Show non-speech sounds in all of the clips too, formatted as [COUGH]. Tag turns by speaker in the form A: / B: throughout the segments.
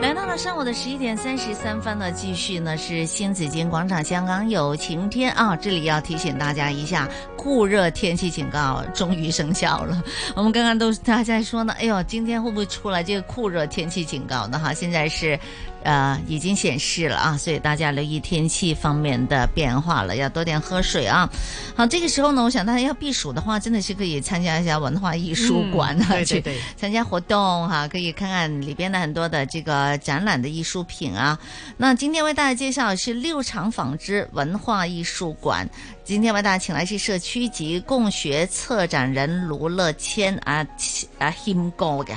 A: 来到了上午的十一点三十三分呢，继续呢是新紫金广场香港有晴天啊！这里要提醒大家一下，酷热天气警告终于生效了。我们刚刚都大家在说呢，哎呦，今天会不会出来这个酷热天气警告呢？哈，现在是呃已经显示了啊，所以大家留意天气方面的变化了，要多点喝水啊。好，这个时候呢，我想大家要避暑的话，真的是可以参加一下文化艺术馆啊，
B: 嗯对对
A: 去
B: 对
A: 参加活动哈、可以看看里边的很多的这个展览的艺术品啊。那今天为大家介绍的是六厂纺织文化艺术馆，今天为大家请来是社区及共学策展人卢乐谦啊啊谦哥嘅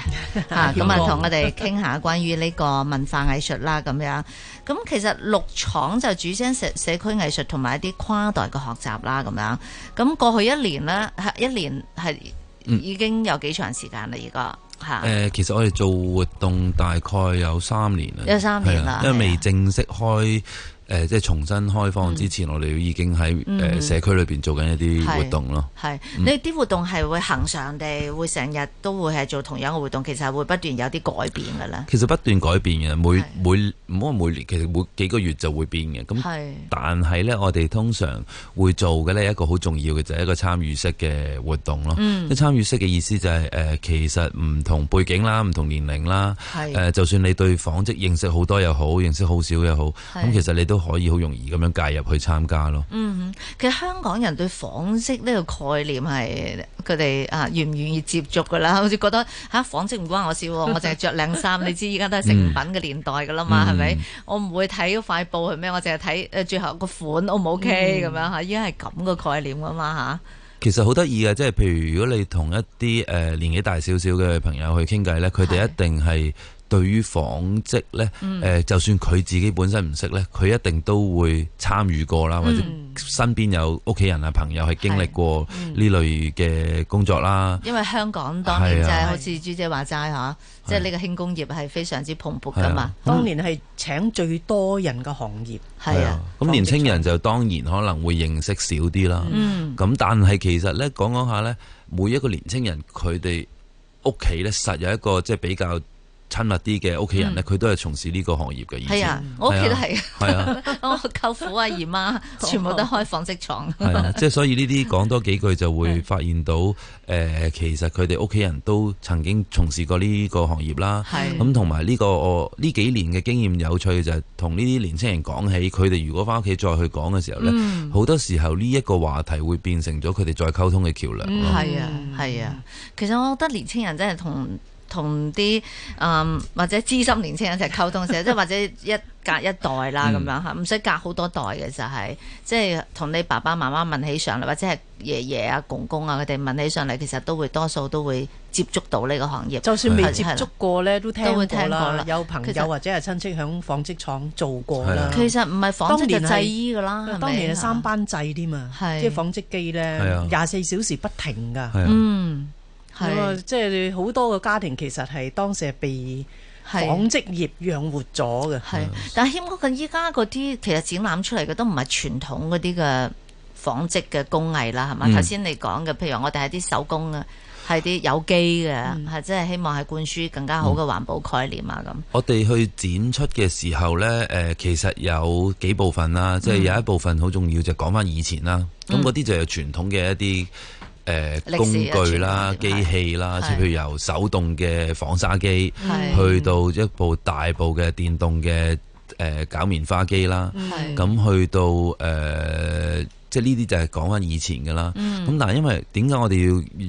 A: 啊，咁啊同我哋傾下關於呢個文化藝術啦咁樣。咁其實六廠就主張社社區藝術同埋一啲跨代嘅學習啦咁樣。咁過去一年呢，係一年係
C: 嗯
A: 已經有幾長時間啦，而家嚇。
C: 誒，其實我哋做活動大概有三年啦，
A: 有三年啦
C: 係啊因為
A: 係
C: 未
A: 啊
C: 正式開誒，即係重新開放之前，我哋已經喺
A: 嗯
C: 誒社區裏邊做緊一啲
A: 係
C: 活動咯。
A: 係，你啲活動係會恒常地，會成日都會係做同樣嘅活動，其實係會不斷有啲改變嘅啦。
C: 其實不斷改變嘅，每
A: 係
C: 每唔好話每年，其實每幾個月就會變嘅。咁
A: 係
C: 但係呢，我哋通常會做嘅呢一個好重要嘅就係一個參與式嘅活動咯。
A: 嗯
C: 即係參與式嘅意思就係、呃其實唔同背景啦，唔同年齡啦，
A: 係
C: 誒、就算你對紡織認識好多又好，認識好少又好，
A: 係
C: 咁其實你都可以好容易咁樣介入去參加咯。
A: 嗯哼，其實香港人對紡織呢個概念係佢哋啊願唔願意接觸㗎啦，好 [LAUGHS] 似覺得嚇紡織唔關我事 [LAUGHS] 喎，我淨係着靚衫。你知依家都係成品嘅年代㗎啦嘛，係咪、我唔會睇塊布係咩，我淨係睇誒最後個款 O 唔 OK 咁、樣嚇，依家係咁嘅概念㗎嘛
C: 其實好得意嘅，即係譬如如果你同一啲誒、呃年紀大少少嘅朋友去傾偈呢，佢哋
A: 係嗯
C: 一定係對於紡織呢，誒、呃就算佢自己本身唔識呢，佢一定都會參與過啦，或者
A: 嗯
C: 身邊有屋企人啊、朋友係經歷過呢類嘅工作啦。
A: 嚇，因為香港當然
C: 係啊
A: 就係好似朱姐話齋嚇，即係呢個輕工業係非常之蓬勃㗎嘛，
B: 當年係請最多人嘅行業，
A: 係啊，
C: 咁年青人就當然可能會認識少啲啦。
A: 嗯
C: 咁但係其實呢，講講下呢，每一個年青人佢哋屋企呢，實有一個即係比較親密啲嘅屋企人呢，佢都係從事呢個行業嘅。以前
A: 嗯係啊，我屋企都
C: 係啊
A: 係。
C: 係啊。
A: [LAUGHS] 我舅父啊、姨 [LAUGHS] 媽全部都開紡織廠。
C: 係啊，即係所以呢啲講多幾句就會發現到，誒、其實佢哋屋企人都曾經從事過呢個行業啦。
A: 係
C: 咁同埋呢個我呢幾年嘅經驗有趣嘅就係同呢啲年青人講起，佢哋如果翻屋企再去講嘅時候呢，
A: 嗯
C: 好、多時候呢一個話題會變成咗佢哋再溝通嘅橋樑咯。
A: 係啊，係啊。其實我覺得年青人真係同同啲嗯或者資深年青人一齊溝通啊 [LAUGHS] 嘅時候，即係或者一隔一代啦咁樣嚇，唔使隔好多代嘅就係、即係同你爸爸媽媽問起上嚟，或者係爺爺啊、公公啊佢哋問起上嚟，其實都會多數都會接觸到呢個行業。
B: 就算未
A: 係
B: 接
A: 係啦
B: 觸過呢，都聽
A: 都會
B: 過
A: 聽過啦
B: 啦，有朋
A: 其實
B: 友或者係親戚響紡織廠做過
C: 係
B: 啦
C: 啊。
A: 其實唔係紡織
B: 當
A: 就
B: 年係
A: 製衣㗎啦，係咪？啊
B: 當年係三班制添啊，
A: 係
B: 即係紡織機
C: 係啊
B: 呢，廿四小時不停㗎。
C: 係啊
A: 嗯，
B: 咁啊，
A: 係
B: 即係好多個家庭其實係當時係被
A: 係
B: 紡織業養活咗嘅。
C: 啊
A: 係，但係謙哥近依家嗰啲其實展覽出嚟嘅都唔係傳統嗰啲嘅紡織嘅工藝啦，係嘛？
C: 嗯
A: 頭先、你講嘅，譬如我哋係啲手工嘅，係啲有機嘅，係、即係希望係灌輸更加好嘅環保概念啊咁。
C: 我哋去展出嘅時候呢，誒、呃其實有幾部分啦，即係
A: 嗯
C: 有一部分好重要就講翻以前啦。咁嗰啲就有傳統嘅一啲誒、呃
A: 歷史啊
C: 工具啦
A: 傳統、嘅
C: 機器啦，
A: 係嗯
C: 即係譬如由手動嘅紡紗機，
A: 係
C: 去到一部大部嘅電動嘅誒、呃、搞棉花機啦。
A: 係
C: 嗯咁去到誒、呃即係呢啲就係講翻以前嘅啦。咁、
A: 嗯
C: 但係因為點解我哋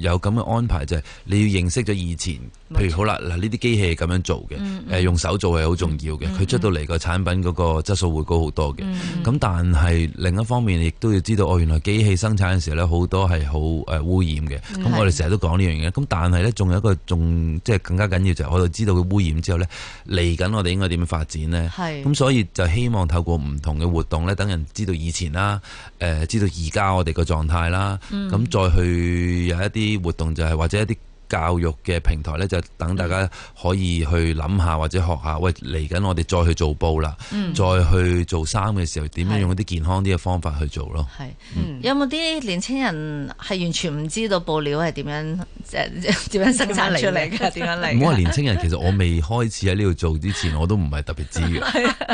C: 要有咁嘅安排，就係、你要認識咗以前，譬如好啦，嗱呢啲機器係咁樣做嘅，誒、
A: 嗯
C: 用手做係好重要嘅，佢、出到嚟個產品嗰個質素會高好多嘅。
A: 嗯
C: 咁、但係另一方面，亦都要知道哦，原來機器生產嘅時候咧，好多係好誒污染嘅。
A: 嗯
C: 咁、我哋成日都講呢樣嘢。咁但係咧，仲有一個仲即係更加緊要就係我哋知道佢污染之後咧，嚟緊我哋應該點樣發展呢？
A: 係
C: 咁所以就希望透過唔同嘅活動咧，等人知道以前啦，呃誒、知道而家我哋個狀態啦，咁、再去有一啲活動就係、或者一啲教育嘅平台呢，就等大家可以去諗下或者學下，喂嚟緊我哋再去做布啦，再去做衫嘅時候，點樣
A: 係
C: 用一啲健康啲嘅方法去做咯。
A: 係
C: 嗯
A: 有冇啲年青人係完全唔知道布料係點樣誒 [LAUGHS] 點樣生產出嚟嘅？點樣嚟
C: 唔好話
A: 嘅？
C: 年青人，其實我未開始喺呢度做之前，我都唔係特別知
A: [LAUGHS]
C: 嘅，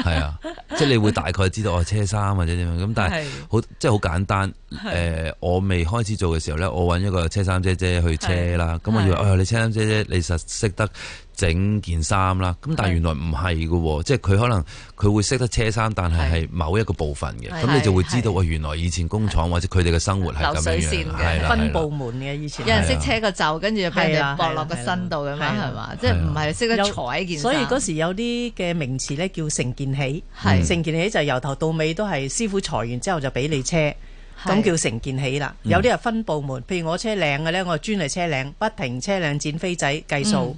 C: 係啊，即係你會大概知道我車衫啊或者點樣咁，但係
B: 係
C: 好即係好簡單。誒、我未開始做嘅時候呢，我揾一個車衫姐姐去車啦，咁我以
A: 係
C: 為哎呀，你車衫姐姐你實識得。整件衫啦，咁但係
A: 係
C: 原來唔係嘅喎，即係佢可能佢會識得車衫，但係係某一個部分嘅，
A: 係
C: 咁你就會知道，
A: 係
C: 喂，原來以前工廠或者佢哋嘅生活係咁
A: 流
C: 樣
A: 水
C: 樣，
A: 線嘅
C: 係啦係啦啊
B: 分部門嘅以前
A: 有。人識車個袖，跟住就俾人哋
B: 係啦
A: 駁落個身度咁樣
B: 係啦
A: 係嘛？即係唔係識得
B: 有
A: 裁一件衫
B: 所以嗰時有啲嘅名詞咧叫成件起，
A: 係
B: 成件起就由頭到尾都係師傅裁完之後就俾你車，咁
A: 係
B: 叫成件起啦。有啲係分部門，譬如我車領嘅咧，我專係車領，不停車領剪飛仔計數，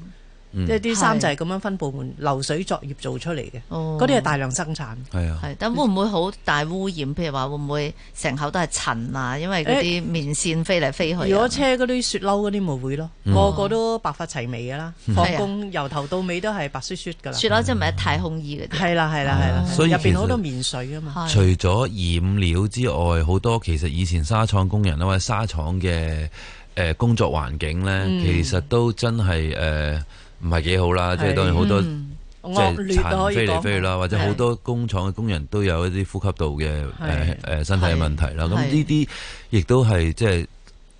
B: 即係啲衫就係咁樣分部門流水作業做出嚟嘅，
A: 哦
B: 嗰啲係大量生產。
C: 係啊。
B: 嗯
A: 係，但會唔會好大污染？譬如話會唔會成口都係塵啊？因為嗰啲棉線飛嚟飛去啊。
B: 如果車嗰啲雪褸嗰啲咪會咯，個個都白髮齊眉噶啦，放工由頭到尾都係白雪雪噶啦，
A: 雪褸即係咪太空衣嗰啲？
B: 係啦係啦係啦，
C: 所以
B: 入
C: 其實
B: 邊好多棉絮啊嘛。
A: 係
C: 除咗染料之外，好多其實以前沙廠工人啦，或者沙廠嘅誒工作環境呢，其實都真係誒唔係幾好啦。即係
B: 係
C: 當然好多即
A: 嗯
B: 惡
C: 係
B: 劣啊
C: 殘
B: 可
C: 飛
B: 以
C: 嚟
B: 講
C: 飛去啦，或者
A: 係
C: 好多工廠嘅工人都有一啲呼吸道嘅誒
B: 係
C: 誒身體嘅問題啦。咁
A: 係
C: 呢啲亦都係即係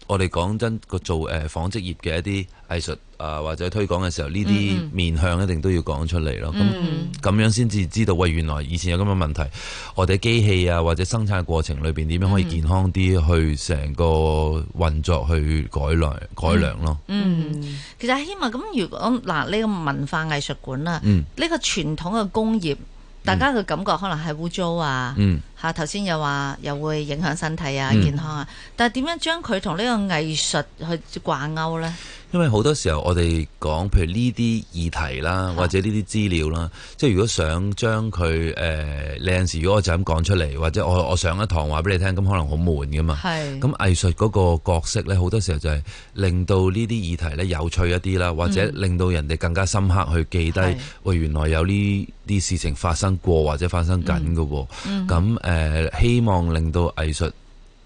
C: 我哋講真個做誒紡織業嘅一啲藝術啊或者推廣嘅時候，呢
A: 嗯嗯
C: 啲面向一定都要講出嚟咯。咁
A: 嗯
C: 咁樣先至知道，喂，原來以前有咁嘅問題，我哋機器啊或者生產嘅過程裏邊點樣可以健康啲去成個運作去改良改良咯。
A: 嗯，其實希望咁，如果嗱呢個文化藝術館啦，
C: 嗯
A: 呢個傳統嘅工業，大家嘅感覺可能係污糟啊，
C: 嗯，
A: 嚇頭先又話又會影響身體啊、
C: 嗯
A: 健康啊，但係點樣將佢同呢個藝術去掛鈎呢？
C: 因為好多時候我哋講譬如呢啲議題啦，或者呢啲資料啦，即係如果想將佢誒、呃、你有陣時，如果我就咁講出嚟，或者我我上一堂話俾你聽，咁可能好悶噶嘛。
A: 係
C: 咁藝術嗰個角色呢，好多時候就係令到呢啲議題呢有趣一啲啦，或者令到人哋更加深刻去記低
A: 係，
C: 喂，原來有呢啲事情發生過或者發生緊嘅喎。咁誒、呃希望令到藝術。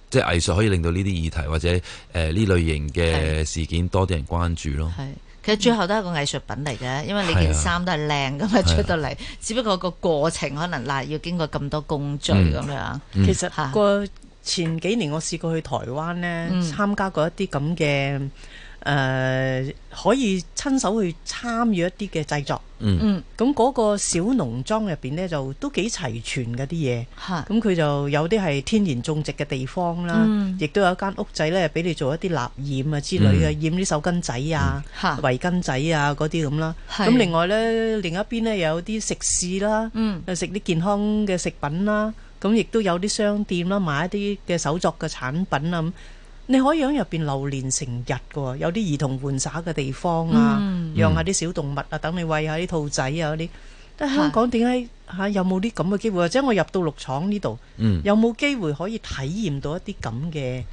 C: 即係藝術可以令到呢啲議題或者誒呢、類型嘅事件多啲人關注咯。
A: 係，其實最後都係一個藝術品嚟嘅，因為你件衫都係靚噶嘛，
C: 嗯啊係啊
A: 出到嚟，只不過個過程可能嗱要經過咁多工序
C: 嗯
A: 咁樣，
C: 嗯
B: 其
A: 嚇
B: 實個前幾年我試過去台灣咧，
A: 嗯
B: 參加過一啲咁嘅誒，可以親手去參與一啲嘅製作。
C: 嗯
A: 嗯，
B: 咁嗰個小農莊入邊咧，就都幾齊全嘅啲嘢。
A: 嚇，
B: 咁佢就有啲係天然種植嘅地方啦
A: 嗯，
B: 亦都、有一間屋仔咧，俾你做一啲蠟染啊之類嘅，染啲手巾仔啊、
A: 嗯嚇
B: 圍巾仔啊嗰啲咁啦。
A: 係
B: 咁另外咧，另一邊咧有啲食肆啦，
A: 嗯
B: 誒食啲健康嘅食品啦，咁亦都有啲商店啦，買一啲嘅手作嘅產品啊。咁你可以喺入邊流連成日嘅喎，有啲兒童玩耍嘅地方啊，
A: 嗯
B: 養下啲小動物啊，等你餵下啲兔仔啊嗰啲。但係香港點解嚇有冇啲咁嘅機會？或啊者我入到鹿廠呢度，
C: 嗯。
B: 有冇機會可以體驗到一啲咁嘅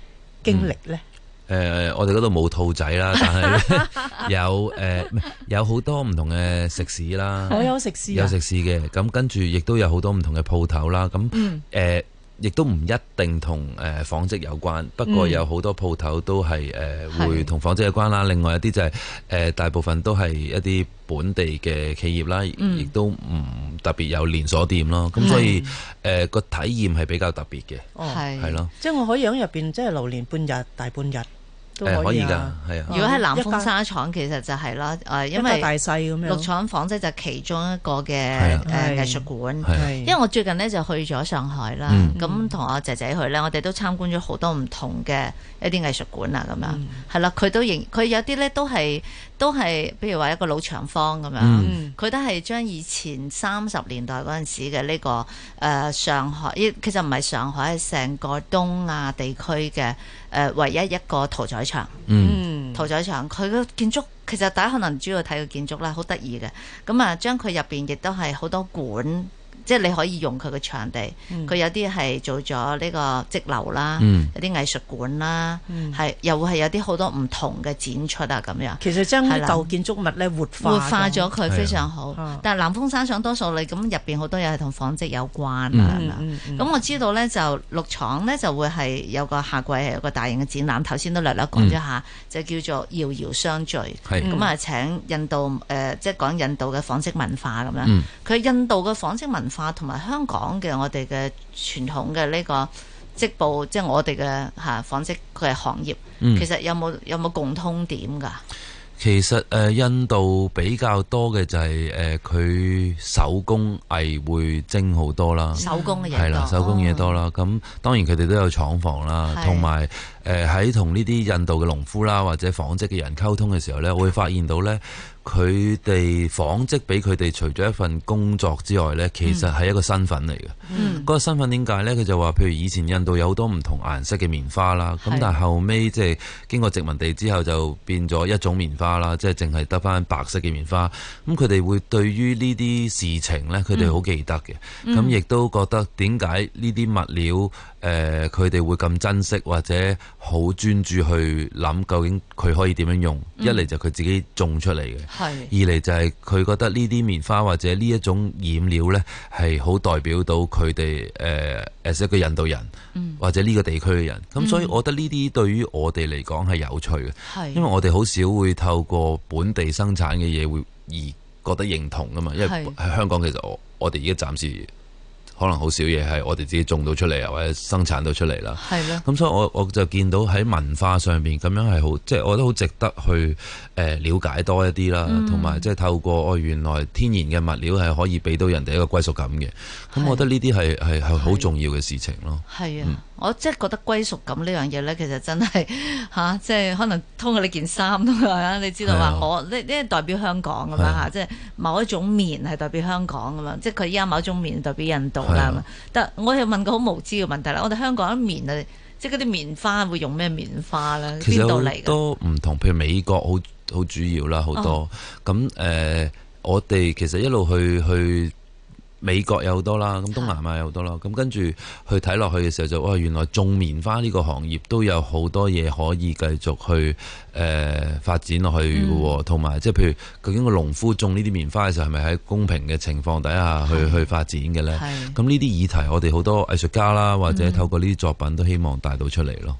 B: 經歷呢？
C: 誒、呃我哋嗰度冇兔仔啦，但係 [LAUGHS] 咧有誒、唔係有好多唔同嘅食肆啦。
A: 嗯
B: 我有食肆
C: 有
B: 啊，
C: 食肆嘅，咁跟住亦都有好多唔同嘅鋪頭啦。咁誒、呃亦都唔一定同誒紡織有關，不過有好多鋪頭都係誒、呃、
A: 係
C: 會同紡織有關啦。另外有啲就係、呃大部分都係一啲本地嘅企業啦，亦、亦都唔特別有連鎖店咯。咁所以誒個、體驗係比較特別嘅，
B: 哦
A: 係
C: 係。咯，
B: 即係我可以喺入邊即係流連半日、大半日都
C: 誒可
B: 以
C: 以㗎，
B: 啊，
C: 係啊
A: 如。果係南
B: 一
A: 豐
B: 家
A: 紗廠，其實就係啦，誒，因
B: 一家大
A: 為
B: 細咁
A: 六
B: 樣。
A: 廠紡織就其中一個嘅
C: 係啊
A: 誒藝術館。
C: 係嗯
A: 因為我最近咧就去咗上海啦，咁同我仔仔去咧，我哋都參觀咗好多唔同嘅一啲藝術館啊，咁樣
C: 嗯
A: 係啦，佢都認佢有啲咧都係都係，譬如話一個老長方咁樣，
C: 嗯
A: 佢都係將以前三十年代嗰陣時嘅呢、個誒、呃上海，咦其實唔係上海，係成個東亞地區嘅誒、呃唯一一個屠宰場。
C: 嗯
B: 嗯，
A: 屠宰場，佢個建築其實大家可能主要睇個建築啦，好得意嘅。咁啊，將佢入邊亦都係好多館即係你可以用佢嘅場地，佢、有啲係做咗呢個積流啦，
C: 嗯
A: 有啲藝術館啦，係、又會係有啲好多唔同嘅展出啊咁樣。
B: 其實將啲
A: 係啦
B: 舊建築物咧活化
A: 活化咗佢
C: 係啊
A: 非常好
B: 啊，
A: 但係南風山上多數你咁入邊好多嘢係同紡織有關啊
C: 嗯
A: 咁樣
B: 嗯嗯
A: 咁我知道咧，就六廠咧就會係有個夏季係有個大型嘅展覽，頭先都略略講咗下，就叫做遙遙相聚。
C: 嗯係
A: 咁啊，請印度誒、呃即係講印度嘅紡織文化咁樣。
C: 嗯
A: 佢印度嘅紡織文化同埋香港嘅我哋嘅傳統嘅呢個織布，即係我哋嘅嚇紡織嘅行業，
C: 嗯哦
A: 其實有冇有冇共通點㗎？
C: 其實誒、呃印度比較多嘅就係誒佢手工藝會精好多啦，
A: 手工嘅嘢
C: 係啦，
A: 多
C: 手工嘢
A: 哦
C: 多啦。咁、當然佢哋都有廠房啦，
A: 係
C: 同埋誒喺同呢啲印度嘅農夫啦或者紡織嘅人溝通嘅時候
A: 嗯
C: 呢，我會發現到呢，佢哋紡織俾佢哋除咗一份工作之外呢，其實係一個身份嚟嘅。
A: 嗯
C: 嗰個身份點解呢？佢就話，譬如以前印度有好多唔同顏色嘅棉花啦，咁
A: 係
C: 但係後尾即係經過殖民地之後就變咗一種棉花啦，即係淨係得翻白色嘅棉花。咁佢哋會對於呢啲事情呢，佢哋好記得嘅，咁亦都覺得點解呢啲物料誒佢哋會咁珍惜或者好專注去諗究竟佢可以點樣用？一嚟就佢自己種出嚟嘅。
A: 係
C: 二嚟就係佢覺得呢啲棉花或者呢一種染料呢，係好代表到佢哋誒 as 一個印度人，
A: 嗯
C: 或者呢個地區嘅人。咁所以我覺得呢啲對於我哋嚟講係有趣嘅，
A: 係，
C: 因為我哋好少會透過本地生產嘅嘢會而覺得認同噶嘛。因為
A: 係
C: 喺香港其實我我哋而家暫時可能好少嘢係我哋自己種到出嚟啊，或者生產到出嚟啦。
A: 係啊咯，
C: 咁所以我我就見到喺文化上面咁樣係好，即係我覺得好值得去誒、呃、了解多一啲啦，
A: 嗯
C: 同埋即係透過哦原來天然嘅物料係可以俾到人哋一個歸屬感嘅，咁
A: 係
C: 我覺得呢啲係係係好重要嘅事情咯。
A: 係啊，我即係覺得歸屬感呢樣嘢咧，其實真係 [LAUGHS] 嚇、即係可能通過你件衫都係你知道
C: 係啊
A: 話我呢呢係代表香港咁樣
C: 係啊
A: 嚇，即係某一種棉係代表香港咁樣，即係佢依家某一種棉代表印度
C: 係
A: 啦
C: 啊
A: 咁樣。但我又問個好無知嘅問題啦，我哋香港啲棉啊，即係嗰啲棉花會用咩棉花咧？
C: 其
A: 邊
C: 實有
A: 度
C: 好
A: 嚟嘅？
C: 多唔同，譬如美國好好主要啦，好
A: 哦
C: 多咁誒、呃我哋其實一路去去美國有好多啦，咁東南亞有好多啦，咁跟住去睇落去嘅時候就哇，原來種棉花呢個行業都有好多嘢可以繼續去誒、呃、發展落去嘅
A: 嗯
C: 喎，同埋即係譬如究竟個農夫種呢啲棉花嘅時候係咪喺公平嘅情況底下去去發展嘅呢？
A: 係嗯
C: 咁呢啲議題我哋好多藝術家啦，或者透過呢啲作品都希望帶到出嚟咯。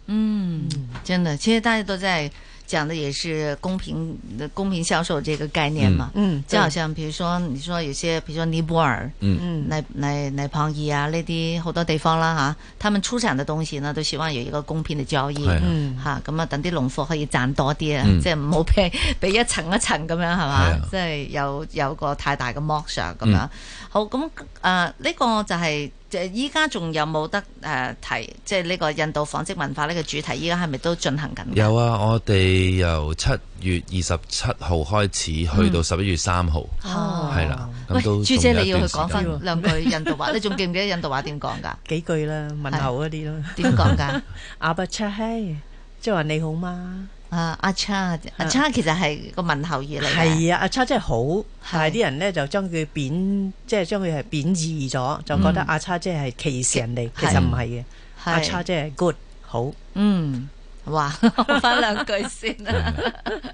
A: 真的，其實大家都在講的也是公平公平銷售這個概念嘛。
B: 嗯，
A: 就好像，比如說，你說有些，比如說尼泊爾，
B: 嗯
A: 奶奶奶旁爾啊，呢啲好多地方啦吓，他們出產的東西呢，都希望有一個公平嘅交易
C: 係啊
B: 嗯
A: 吓，咁啊等啲農夫可以賺多啲啊，
C: 嗯
A: 即係唔好俾 [LAUGHS] 俾一層一層咁樣係嘛
C: 係啊，
A: 即係有有個太大嘅剝削咁樣。
C: 嗯
A: 好咁誒呢個就係即係依家仲有冇得誒提，即係呢個印度紡織文化呢個主題，依家係咪都進行緊㗎？
C: 有啊，我哋由七月二十七號開始，去到十一月三號，
A: 嗯哦
C: 係啦。
A: 喂，
C: 咁都
A: 朱姐你要去講
C: 講
A: 翻兩句印度話，
C: [LAUGHS]
A: 你仲記唔記得印度話點講㗎？
B: 幾句啦，問候嗰啲啦，
A: 點講㗎？
B: 阿伯切嘿，即係話你好嗎？
A: 啊，阿叉，阿叉其實係個問候語嚟嘅，
B: 啊係啊，阿叉真係好，但係啲人咧就將佢貶，即係將佢係貶義咗，就
A: 嗯
B: 覺得阿叉即係歧視人哋，其實唔係嘅，阿叉即係 good 好。
A: 嗯，哇， [LAUGHS] 我翻兩句先啦， [LAUGHS]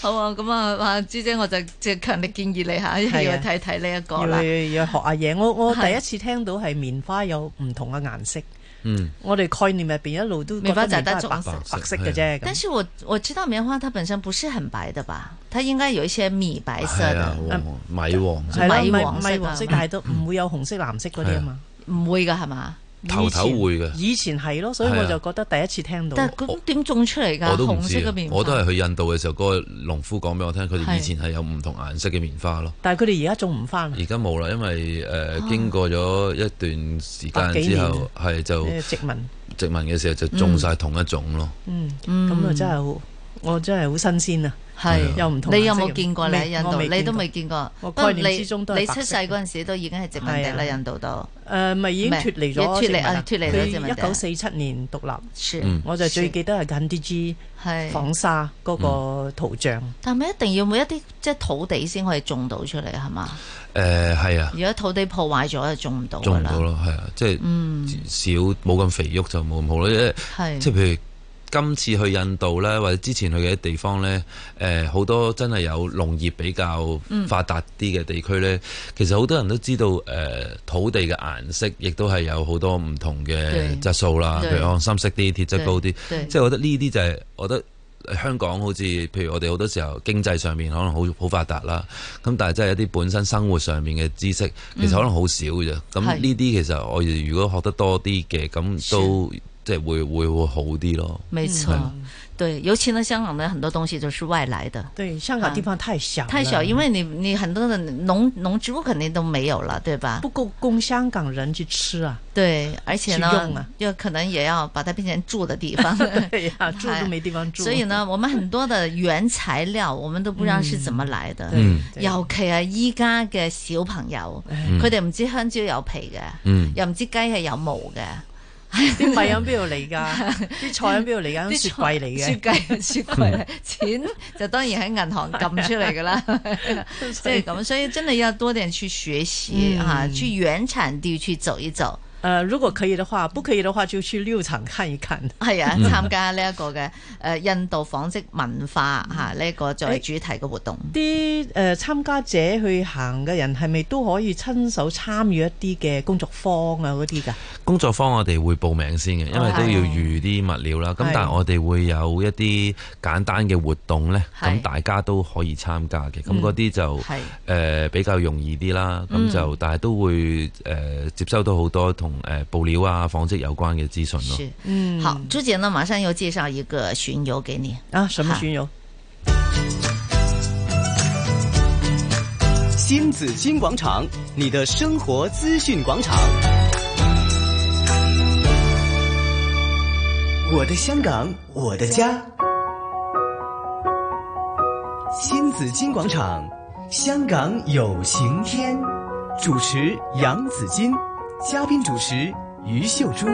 A: 好啊，咁啊，阿朱姐我就即係強烈建議你嚇，
B: 係
A: 要
B: 啊
A: 睇睇呢一個
B: 要
A: 啦，
B: 要學下嘢。我我第
A: 係
B: 一次聽到係棉花有唔同嘅顏色，
C: 嗯，
B: 我哋概念入邊一路都覺
A: 棉花
B: 得
A: 就係
B: 棉
A: 得
B: 花係
A: 棕
B: 白
A: 色
B: 白色嘅啫。
A: 但
B: 咁
A: 是我我知道棉花它本身不是很白的吧，它應該有一些米白色
C: 係啊
A: 的，，
C: 黃米黃色
B: 係啦，
A: 米
B: 米
A: 黃色㗎啊
B: 米黃色，但係都唔會有紅色、藍色嗰啲啊嘛。
A: 唔會㗎係啊嘛？
C: 頭頭會嘅，
B: 以前係咯，所以
C: 係啊
B: 我就覺得第一次聽到
A: 但。係咁點種出嚟㗎？
C: 我都唔
A: 紅色
C: 知
A: 嘅
C: 啊
A: 棉。花，
C: 我都係去印度嘅時候，嗰個農夫講俾我聽，佢哋
A: 係
C: 以前係有唔同顏色嘅棉花咯。
B: 但係佢哋而家種唔啊翻，
C: 而家冇啦，因為
A: 哦
C: 誒經過咗一段時
B: 百幾
C: 間之
B: 年
C: 後，係就
B: 誒殖民。
A: 嗯
B: 嗯
C: 殖民嘅時候就種晒同一種咯。
B: 嗯，咁啊真係好。我真係好新鮮啊！
A: 係
B: 又唔同
A: 你有
B: 顏色
A: 冇見過你
B: 未
A: 喺印
B: 我
A: 度？
B: 未
A: 你
B: 見
A: 都
B: 過
A: 未見過。
B: 我
A: 不過
B: 概念
A: 你
B: 之中都係
A: 你
B: 白
A: 出世
B: 色
A: 嗰陣時都已經係殖民地啦，
B: 係啊
A: 印度都
B: 誒咪已經
A: 咩
B: 脱離
A: 一
B: 咗
A: 脱
B: 殖
A: 離
B: 民
A: 啊脱離咗殖民
B: 佢一
A: 地
B: 九四七年獨立，
A: 是
C: 嗯
B: 我就最記得係 Gandhi Ji
A: 係。
B: 紡紗嗰個圖像。
A: 但係一定要每一啲即係土地先可以種到出嚟係嘛？
C: 誒係啊，
A: 如果土地破壞咗就種唔到
C: 做
A: 㗎
C: 唔到
A: 啦。
C: 咯，係啊，即係
A: 嗯，
C: 少冇咁肥沃就冇咁好咯，因為
A: 係
C: 即係譬如今次去印度咧，或者之前去嘅地方咧，誒、好多真係有農業比較
A: 嗯
C: 發達啲嘅地區咧，其實好多人都知道誒、土地嘅顏色，亦都係有好多唔同
A: 對
C: 嘅質素啦，
A: 對
C: 譬如按深色啲、鐵質高啲，
A: 對
C: 即係我覺得呢啲就係、我覺得。呃香港好似譬如我哋好多時候經濟上面可能好好發達啦，咁但係真係一啲本身生活上面嘅知識，其實可能好少嘅啫。咁
A: 係
C: 呢啲其實我哋如果學得多啲嘅，咁都即係會會會好啲咯。
A: 沒錯，對，尤其呢，香港的很多東西都是外來的，
B: 對，香港地方太小
C: 嗯
B: 了，
A: 太小，因為你你很多的農農植物肯定都沒有了，對吧？
B: 不夠供香港人去
A: [LAUGHS]
B: 吃啊，
A: 對，而且
B: 去用
A: 呢
B: 啊，
A: 又可能也要把它變成住的地方。 [LAUGHS]
B: 對呀， [LAUGHS] 住都沒地方
A: 嗯啊
B: 住。
A: 所以呢，我們很多的原材料，我們都不知道是怎麼來的。
B: 對，
C: 嗯
B: 對
A: 尤其係依家嘅小朋友，
B: 嗯
A: 佢哋唔知香蕉有皮嘅，
C: 嗯，
A: 又唔知雞係有毛嘅。
B: 啲米喺邊度
A: [LAUGHS]
B: 嚟㗎？啲菜喺邊度嚟㗎？喺雪櫃嚟
A: 雪
B: 嘅。
A: 櫃 [LAUGHS] 雪櫃，錢就當然喺銀行撳出嚟噶
B: [LAUGHS]
A: 啦，即係咁，所以真係要多點去學習
B: 嗯
A: 啊，去原產地去走一走，
B: 呃，如果可以的話，不可以的話就去六廠看一看。
A: 係啊，參加呢一個嘅誒印度紡織文化嚇
B: 嗯
A: 呢一個作為主題嘅活動，
B: 啲誒參加者去行嘅人係咪都可以親手參與一啲嘅工作坊啊嗰啲㗎？
C: 工作坊我哋會報名先嘅，因為
A: 哦
C: 都要預啲物料啦。咁
B: 係
C: 但係我哋會有一啲簡單嘅活動呢，
A: 係
C: 咁大家都可以參加嘅。咁
A: 嗯
C: 嗰啲就
A: 係嗯
C: 誒、比較容易啲啦，咁就、但係都會誒、接收到好多同誒、布料啊、紡織有關嘅資訊咯。
A: 是。
B: 嗯，
A: 好，朱姐呢，馬上又介紹一個巡遊給你。
B: 啊，什麼巡遊？
D: 新紫金广场，你的生活资讯广场。我的香港，我的家。新紫金广场，香港有晴天。主持杨紫金，嘉宾主持于秀珠。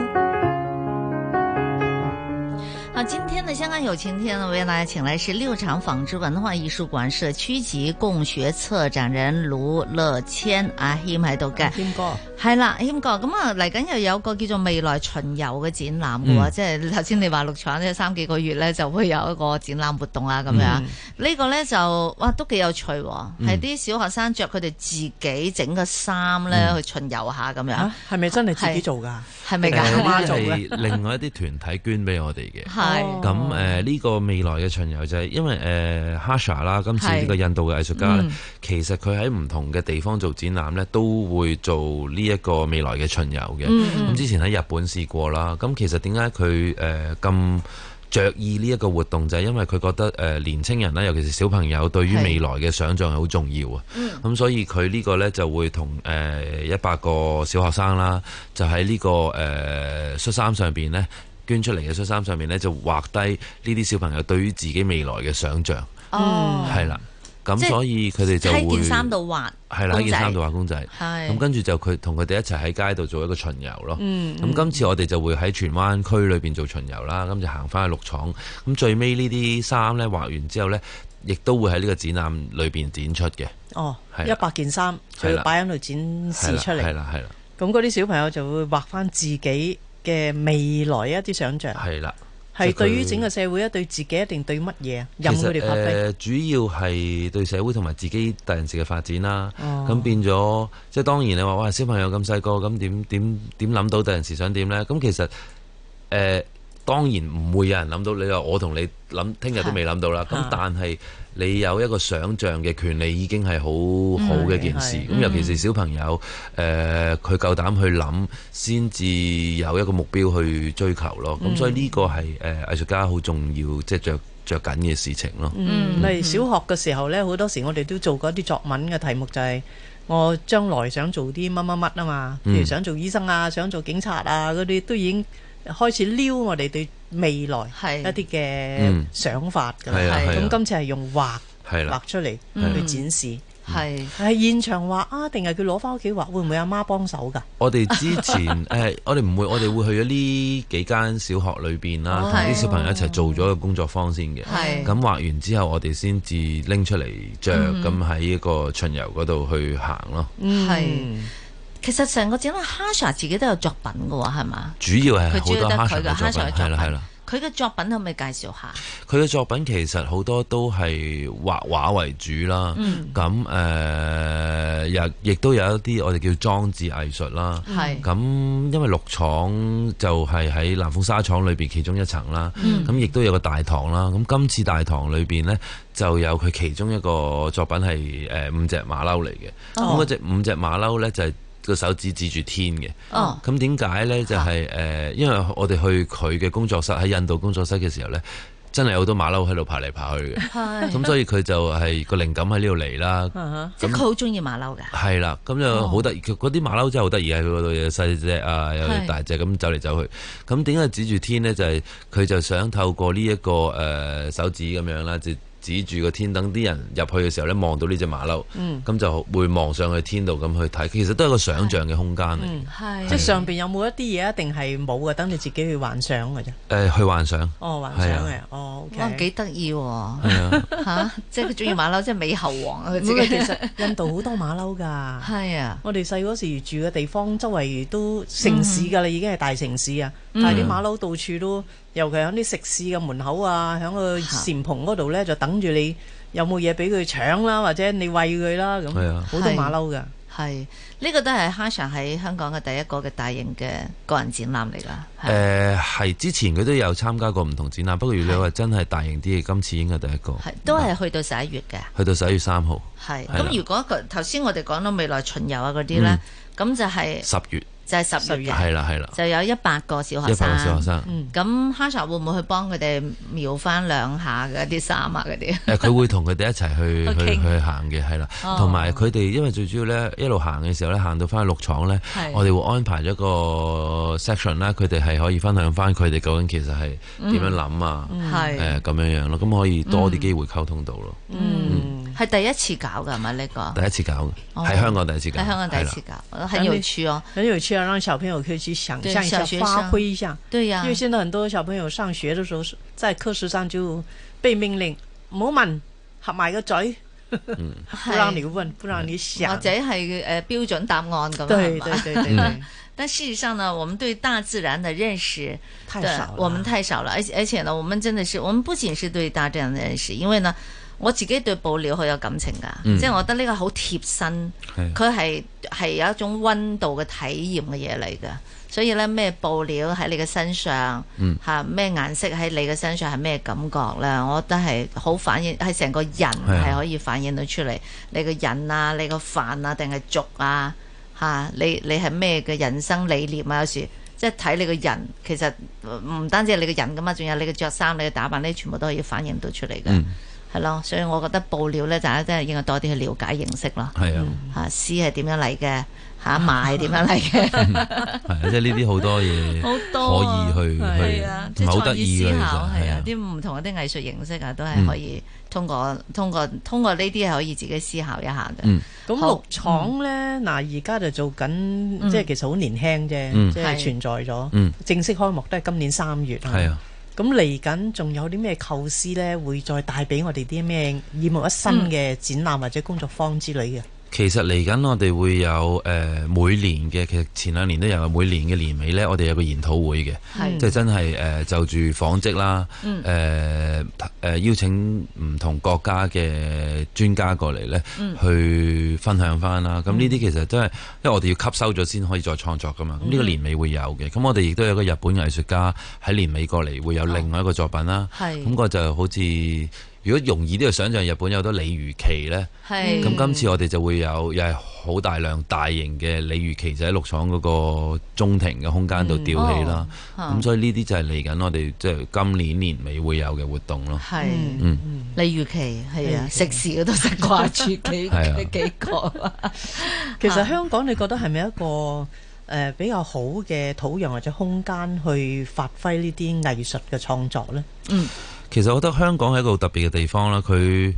A: 好，啊今天的香港有晴天呢，为大家请来是六厂纺织文化艺术馆社区级共学策展人盧樂謙阿謙喺度嘅，
B: 謙哥，
A: 係啦，謙哥，咁啊嚟緊又有個叫做未來巡遊嘅展覽嘅喎，
C: 嗯
A: 即係頭先你話六廠呢三幾個月咧就會有一個展覽活動啊咁樣，呢個咧就哇都幾有趣喎，係啲小學生着佢哋自己整嘅衫咧去巡遊下咁樣
B: 啊，，係咪真係自己做㗎？
A: 係咪
C: 誒呢
A: 㗎？
B: 媽
C: 啲
B: 做嘅
C: 係另外一啲團體捐俾我哋
A: [LAUGHS]
C: 嘅。
A: 係
B: 哦
C: 咁誒呢個未來嘅巡遊就係因為誒、Hasha 啦，今次呢個印度嘅藝術家咧，
A: 嗯
C: 其實佢喺唔同嘅地方做展覽咧，都會做呢一個未來嘅巡遊嘅。咁、
A: 嗯
C: 之前喺日本試過啦。咁其實點解佢誒咁着意呢一個活動，就係、因為佢覺得誒、呃年青人啦，尤其是小朋友對於
A: 係嗯
C: 未來嘅想像係好重要啊。咁、所以佢呢個呢，就會同誒一百個小學生啦，就喺呢、個誒、恤衫上邊呢。捐出嚟嘅恤衫上面呢，就畫低呢啲小朋友對於自己未來嘅想像，
A: 哦，
C: 係啦、
A: 即
C: 咁
A: 係
C: 所以佢哋就會
A: 喺件衫度畫，
C: 係啦，喺
A: 公
C: 件
A: 仔
C: 衫度畫公仔。
A: 係
C: 咁跟住就佢同佢哋一齊喺街度做一個巡遊咯。
B: 嗯
C: 咁今次我哋就會喺荃灣區裏邊做巡遊啦，咁就行翻去六廠。咁最尾呢啲衫呢，畫完之後呢，亦都會喺呢個展覽裏邊展出嘅。
B: 哦，
C: 係
B: 一
C: 啦
B: 百件衫，
C: 係
B: 佢
C: 啦
B: 要擺喺度展
C: 係
B: 示
C: 啦，
B: 出
C: 係
B: 嚟。
C: 啦，係啦，
B: 咁嗰啲小朋友就會畫翻自己嘅未來一啲想像，
C: 係啦。即
B: 係
C: 係
B: 對於
C: 佢
B: 整個社會啊，對自己一定對乜嘢啊？
C: 其
B: 任佢
C: 實誒、
B: 哋發揮。
C: 主要係對社會同埋自己大人士嘅發展啦。
B: 哦
C: 咁、變咗，即係當然你話哇，小朋友咁細個，咁點點點諗到大人士想點呢？咁其實誒、呃，當然唔會有人諗到。你話我同你諗，聽日都未諗到啦。咁
B: 嚇
C: 但係你有一個想像嘅權利，已經係好好嘅一件事。
B: 嗯係嗯
C: 咁、尤其是小朋友誒，呃佢、夠膽去諗，先至有一個目標去追求咯。咁、
B: 嗯
C: 所以呢個係誒、呃、藝術家好重要，即係着着緊嘅事情咯。
B: 嗯，例如小學嘅時候呢，好多時我哋都做過一啲作文嘅題目，就係我將來想做啲乜乜乜啊嘛，譬如
C: 嗯
B: 想做醫生啊，想做警察啊嗰啲，都已經開始撩我哋對未來
A: 係
B: 一啲嘅
C: 嗯
B: 想法㗎
C: 係
B: 啦。
C: 啊
A: 係
C: 係
B: 咁
C: 啊
B: 今次係用畫
C: 係
B: 畫
C: 啦，
B: 出嚟
A: 嗯
B: 去展示，
A: 係
B: 係現場畫啊，定係佢攞翻屋企畫？會唔會阿媽幫手㗎？
C: 我哋之前 [LAUGHS] 誒，我哋唔會，我哋會去咗呢幾間小學裏邊啦，
A: 哦
C: 同啲小朋友一齊做咗個工作坊先嘅。
A: 係嗯
C: 咁畫完之後，我哋先至拎出嚟着，咁喺一個巡遊嗰度去行咯。
A: 係其實成個展覽 Hasha 自己都有作品嘅喎，係嘛？
C: 主要係好
A: 佢主要
C: 多
A: 得
C: 哈
A: 佢
C: 神
A: 嘅
C: 嘅
A: Hasha
C: 作
A: 嘅
C: 品，
A: 作
C: 係
A: 品
C: 啦係啦。
A: 佢嘅作品可唔可以介紹下？
C: 佢嘅作品其實好多都係畫畫為主啦，
A: 嗯
C: 咁誒又亦都有一啲我哋叫裝置藝術啦。
A: 係
C: 咁因為六廠就係喺南豐紗廠裏邊其中一層啦，
A: 嗯
C: 咁亦都有個大堂啦。咁今次大堂裏邊呢，就有佢其中一個作品係誒五隻馬騮嚟嘅。
A: 哦
C: 咁嗰只五隻馬騮呢，就係、個手指指住天嘅。
A: 哦，
C: 咁點解呢？就係、呃因為我哋去佢嘅工作室喺印度工作室嘅時候呢，真係有好多馬騮喺度爬嚟爬去
A: [LAUGHS]
C: 嘅。
A: 係
C: 咁所以佢就係個靈感喺呢度嚟啦。
A: 即係佢好中意馬騮㗎。
C: 係啦，咁
A: 哦
C: 就好得意。佢嗰啲馬騮真係好得意啊！佢嗰度有細只啊，有
A: 係
C: 大隻咁走嚟走去。咁點解指住天呢？就係、佢就想透過呢、一個誒、呃手指咁樣啦，就指住個天，等啲人入去嘅時候呢，望到呢只馬騮，咁、
A: 嗯
C: 就會望上去天度咁去睇。其實都係一個想像嘅空間嚟嘅。
A: 係
B: 即係上邊有冇一啲嘢一定係冇嘅？等你自己去幻想㗎啫。
C: 誒去幻想，
B: 哦，幻想
C: 係啊
B: 嘅，哦
A: 哇，
B: ，OK。
A: 幾得意喎！[LAUGHS]
C: 係啊，
A: 吓，即係佢中意馬騮，即係美猴王啊！佢
B: [LAUGHS] 冇嘅
A: 自己
B: 其實印度好多馬
A: [LAUGHS]
B: 騮㗎。
A: 係啊，
B: 我哋細嗰時住嘅地方，周圍都城市㗎啦，
A: 嗯
B: 已經係大城市啊。但係啲馬騮到處都，尤其喺啲食肆嘅門口啊，喺個禪蓬嗰度咧，就等住你有冇嘢俾佢搶啦，或者你餵佢啦咁。
C: 係啊
B: 好多馬騮㗎。
A: 係呢個都係 Hasha 喺香港嘅第一個嘅大型嘅個人展覽嚟㗎。係
C: 誒係之前佢都有參加過唔同展覽，不過如果你話真係大型啲嘅，今次應該第一個，
A: 係都係去到十一月嘅，
C: 去到十一月三號、
A: 係
C: 係啦啊
A: 咁。如果佢頭先我哋講到未來巡遊啊嗰啲咧，
C: 嗯
A: 咁就係
C: 十月，
A: 就係十月嘅，
C: 係啦係啦，
A: 就有一百個小學
C: 一百個小學
A: 生。嗯
C: 生。
A: 咁 Hasha 會唔會去幫佢哋描翻兩下嘅啲衫啊嗰啲？
C: 誒佢會同佢哋一齊
A: [LAUGHS]
C: 去
A: 去
C: 去
A: 傾
C: 去行嘅，係啦，
A: 哦
C: 同埋佢哋因為最主要咧，一路行嘅時候咧，行到翻去六廠咧
A: 係，
C: 我哋會安排咗個 section 啦，佢哋係可以分享翻佢哋究竟其實係點樣諗啊，
A: 嗯係
C: 誒咁樣樣咯，咁可以多啲機會溝通到咯。
A: 嗯係第一次搞㗎係咪呢個？
C: 第一次搞嘅，
A: 哦
C: 喺香港第一次搞，
A: 喺香港第一次
C: 係啦。
A: 搞，我覺得很有趣哦。
B: 很有趣啊，讓小朋友可以去想
A: 对
B: 象一
A: 小
B: 下
A: 学，
B: 發
A: 生啊
B: 揮一下。
A: 對呀、
B: 因為現在很多小朋友上學的時候是在課室上就被命令唔好問，合埋個嘴，
C: 嗯
B: [LAUGHS] 不讓你問，不讓你
A: 或
B: 想。
A: 者係誒標準答案咁樣係
B: 對對
A: 嘛嗯
B: 對對對，
A: 但事實上呢，我們對大自然的認識，
B: 太
A: 對
B: 少了。
A: 我們太少了，而且而且呢，我們真的是，我們不僅是對大自然的認識，因為呢，我自己對布料好有感情㗎，
C: 嗯
A: 即係我覺得呢個好貼身，
C: 係
A: 佢係係有一種温度嘅體驗嘅嘢嚟㗎。所以咧，咩布料喺你嘅身上，
C: 嗯
A: 嚇咩、顏色喺你嘅身上係咩感覺咧？我覺得係好反映，係成個人
C: 啊
A: 係可以反映到出嚟。你個人啊，你個飯啊，定係族啊，嚇、你你係咩嘅人生理念啊？有時即係睇你個人，其實呃唔單止係你個人噶嘛，仲有你嘅着衫、你嘅打扮呢，全部都可以反映到出嚟嘅。
C: 嗯
A: 係咯，所以我覺得布料咧，大家真係應該多啲去了解認識咯。
C: 係啊，
A: 嚇絲係點樣嚟嘅？
C: [LAUGHS]
A: 嚇麻係點樣嚟嘅？
C: 係啊即係呢啲好多嘢
A: 好多啊
C: 可以去
A: 係
C: 去
A: 啊，，即
C: 同埋
A: 係創
C: 好得
A: 意
C: 意嘅
A: 思
C: 其實
A: 考係
C: 係
A: 啊
C: 啊，，嗯
A: 啲唔同嗰啲藝術形式啊，都係可以通過通過通過呢啲係可以自己思考一下嘅。
C: 嗯
B: 咁
A: 好嗯
B: 六廠呢，嗱而家就做緊，即係其實好年輕
C: 嗯
B: 啫，即
A: 係
B: 係存在咗
C: 嗯。
B: 正式開幕都係今年三月
C: 係啊。
B: 咁嚟緊仲有啲咩構思呢？會再帶俾我哋啲咩耳目一新
A: 嗯
B: 嘅展覽或者工作坊之類嘅？
A: 啊
C: 其實嚟緊我哋會有誒、呃每年嘅，其實前兩年都有，每年嘅年尾呢，我哋有個研討會嘅，
A: 係
C: 即係真係誒、呃就住紡織啦，誒誒、呃邀請唔同國家嘅專家過嚟呢，去分享翻啦。咁呢啲其實真係，因為我哋要吸收咗先可以再創作噶嘛。咁呢、個年尾會有嘅。咁我哋亦都有個日本藝術家喺年尾過嚟，會有另外一個作品啦。
A: 係
C: 咁、個就好似如果容易啲去想像，日本有好多鯉魚旗呢。
A: 係
C: 咁今次我哋就會有又係好大量大型嘅鯉魚旗就喺六廠嗰個中庭嘅空間度吊起啦。咁、
A: 哦
C: 所以呢啲就係嚟緊我哋即係今年年尾會有嘅活動咯。
A: 係，
C: 嗯
A: 李如琪係啊，
B: 李如
A: 食
B: 琪
A: 肆嗰度食掛住幾
C: 係
A: [LAUGHS]
C: 啊
A: 幾幾個，
B: 其實香港你覺得係咪一個呃比較好嘅土壤或者空間去發揮呢啲藝術嘅創作呢？
C: 其實我覺得香港係一個好特別嘅地方啦，佢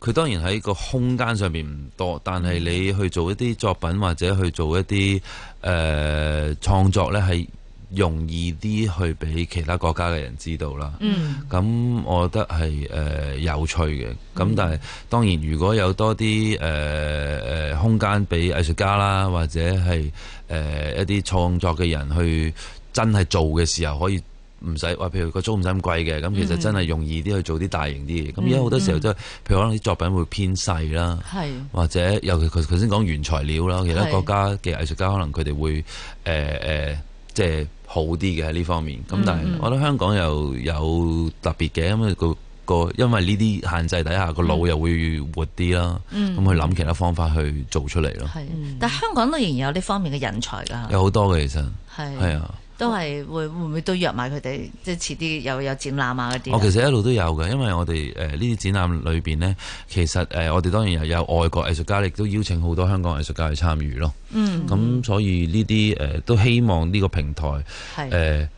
C: 佢當然喺個空間上面唔多，但
A: 嗯
C: 係你去做一啲作品或者去做一啲誒、呃、創作呢，係容易啲去俾其他國家嘅人知道啦。
A: 嗯
C: 咁我覺得係誒、呃有趣嘅，咁但係當然如果有多啲誒誒空間俾藝術家啦，或者係誒、呃一啲創作嘅人去真係做嘅時候，可以唔使話，譬如個租唔使咁貴嘅，咁其實真係容易啲去做啲大型啲嘅。咁而家好多時候都係，譬如可能啲作品會偏細啦。
A: 係
C: 或者尤其佢頭先講原材料啦，其他
A: 係
C: 國家嘅藝術家可能佢哋會誒誒、呃呃即係好啲嘅喺呢方面。
A: 嗯
C: 咁但係我覺得香港又有特別嘅，因為個個因為呢啲限制底下個腦又會活啲啦，咁
A: 嗯
C: 去諗其他方法去做出嚟咯。
A: 係，但香港都仍然有呢方面嘅人才㗎，
C: 有好多嘅其實係
A: 係
C: 啊，
A: 都係會會唔會都約埋佢哋，即係遲啲又有展覽啊嗰啲
C: 我
A: 啊。
C: 其實一路都有嘅，因為我哋誒呢啲展覽裏邊呢，其實誒、呃我哋當然又有外國藝術家，亦都邀請好多香港藝術家去參與咯。
A: 嗯，
C: 咁、所以呢啲誒都希望呢個平台。誒、
A: 係
C: 呃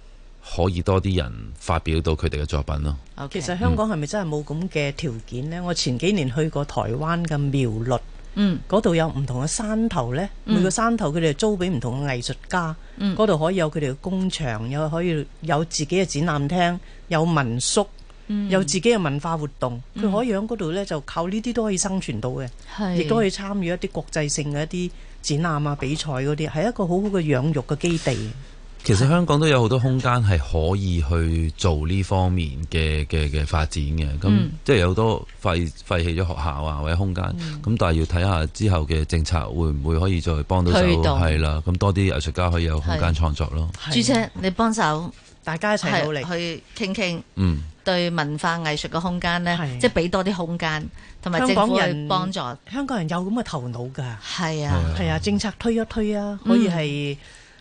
C: 可以多啲人發表到佢哋嘅作品咯。
A: ，OK，
B: 其實香港係咪真係冇咁嘅條件呢？我前幾年去過台灣嘅苗栗。
A: 嗯
B: 嗰度有唔同嘅山頭呢，
A: 嗯
B: 每個山頭佢哋租俾唔同嘅藝術家，
A: 嗯
B: 嗰度、可以有佢哋嘅工場，又可以有自己嘅展覽廳，有民宿，
A: 嗯
B: 有自己嘅文化活動。佢、可以喺嗰度呢，就靠呢啲都可以生存到嘅，
A: 係
B: 亦都可以參與一啲國際性嘅一啲展覽啊、比賽嗰啲，係一個好好嘅養育嘅基地。
C: 其實香港都有好多空間係可以去做呢方面嘅嘅嘅發展嘅，咁、
A: 嗯
C: 即係有好多廢廢棄咗學校啊或者空間，咁、
A: 嗯
C: 但係要睇下之後嘅政策會唔會可以再幫到手，
A: 推動
C: 係啦，咁多啲藝術家可以有空間
A: 係
C: 創作咯。
A: 朱姐，你幫手
B: 大家一齊努力
A: 係。去傾傾。
C: 嗯，
A: 對文化藝術嘅空間呢，
B: 係
A: 即係俾多啲空間，同埋
B: 香
A: 政
B: 港
A: 府去
B: 人
A: 幫助。
B: 香港人有咁嘅頭腦㗎，
A: 係啊，
B: 係啊，政策推一推啊，
A: 嗯
B: 可以係誒、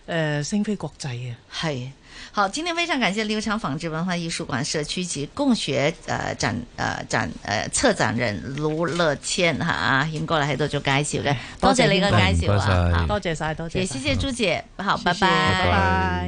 B: 呃升飛國際啊。
A: 係。好，今天非常感謝六廠紡織文化藝術館社區及共學呃展呃展呃策展人盧樂謙哈啊，謙哥嚟喺度做介紹嘅，多謝你嘅
C: 多謝
A: 介紹啊，
C: 唔該晒
A: 好
C: 嗯
B: 多謝晒，多謝
A: 也
B: 晒
A: 謝謝朱姐，好，
B: 謝謝
A: 拜
B: 拜拜。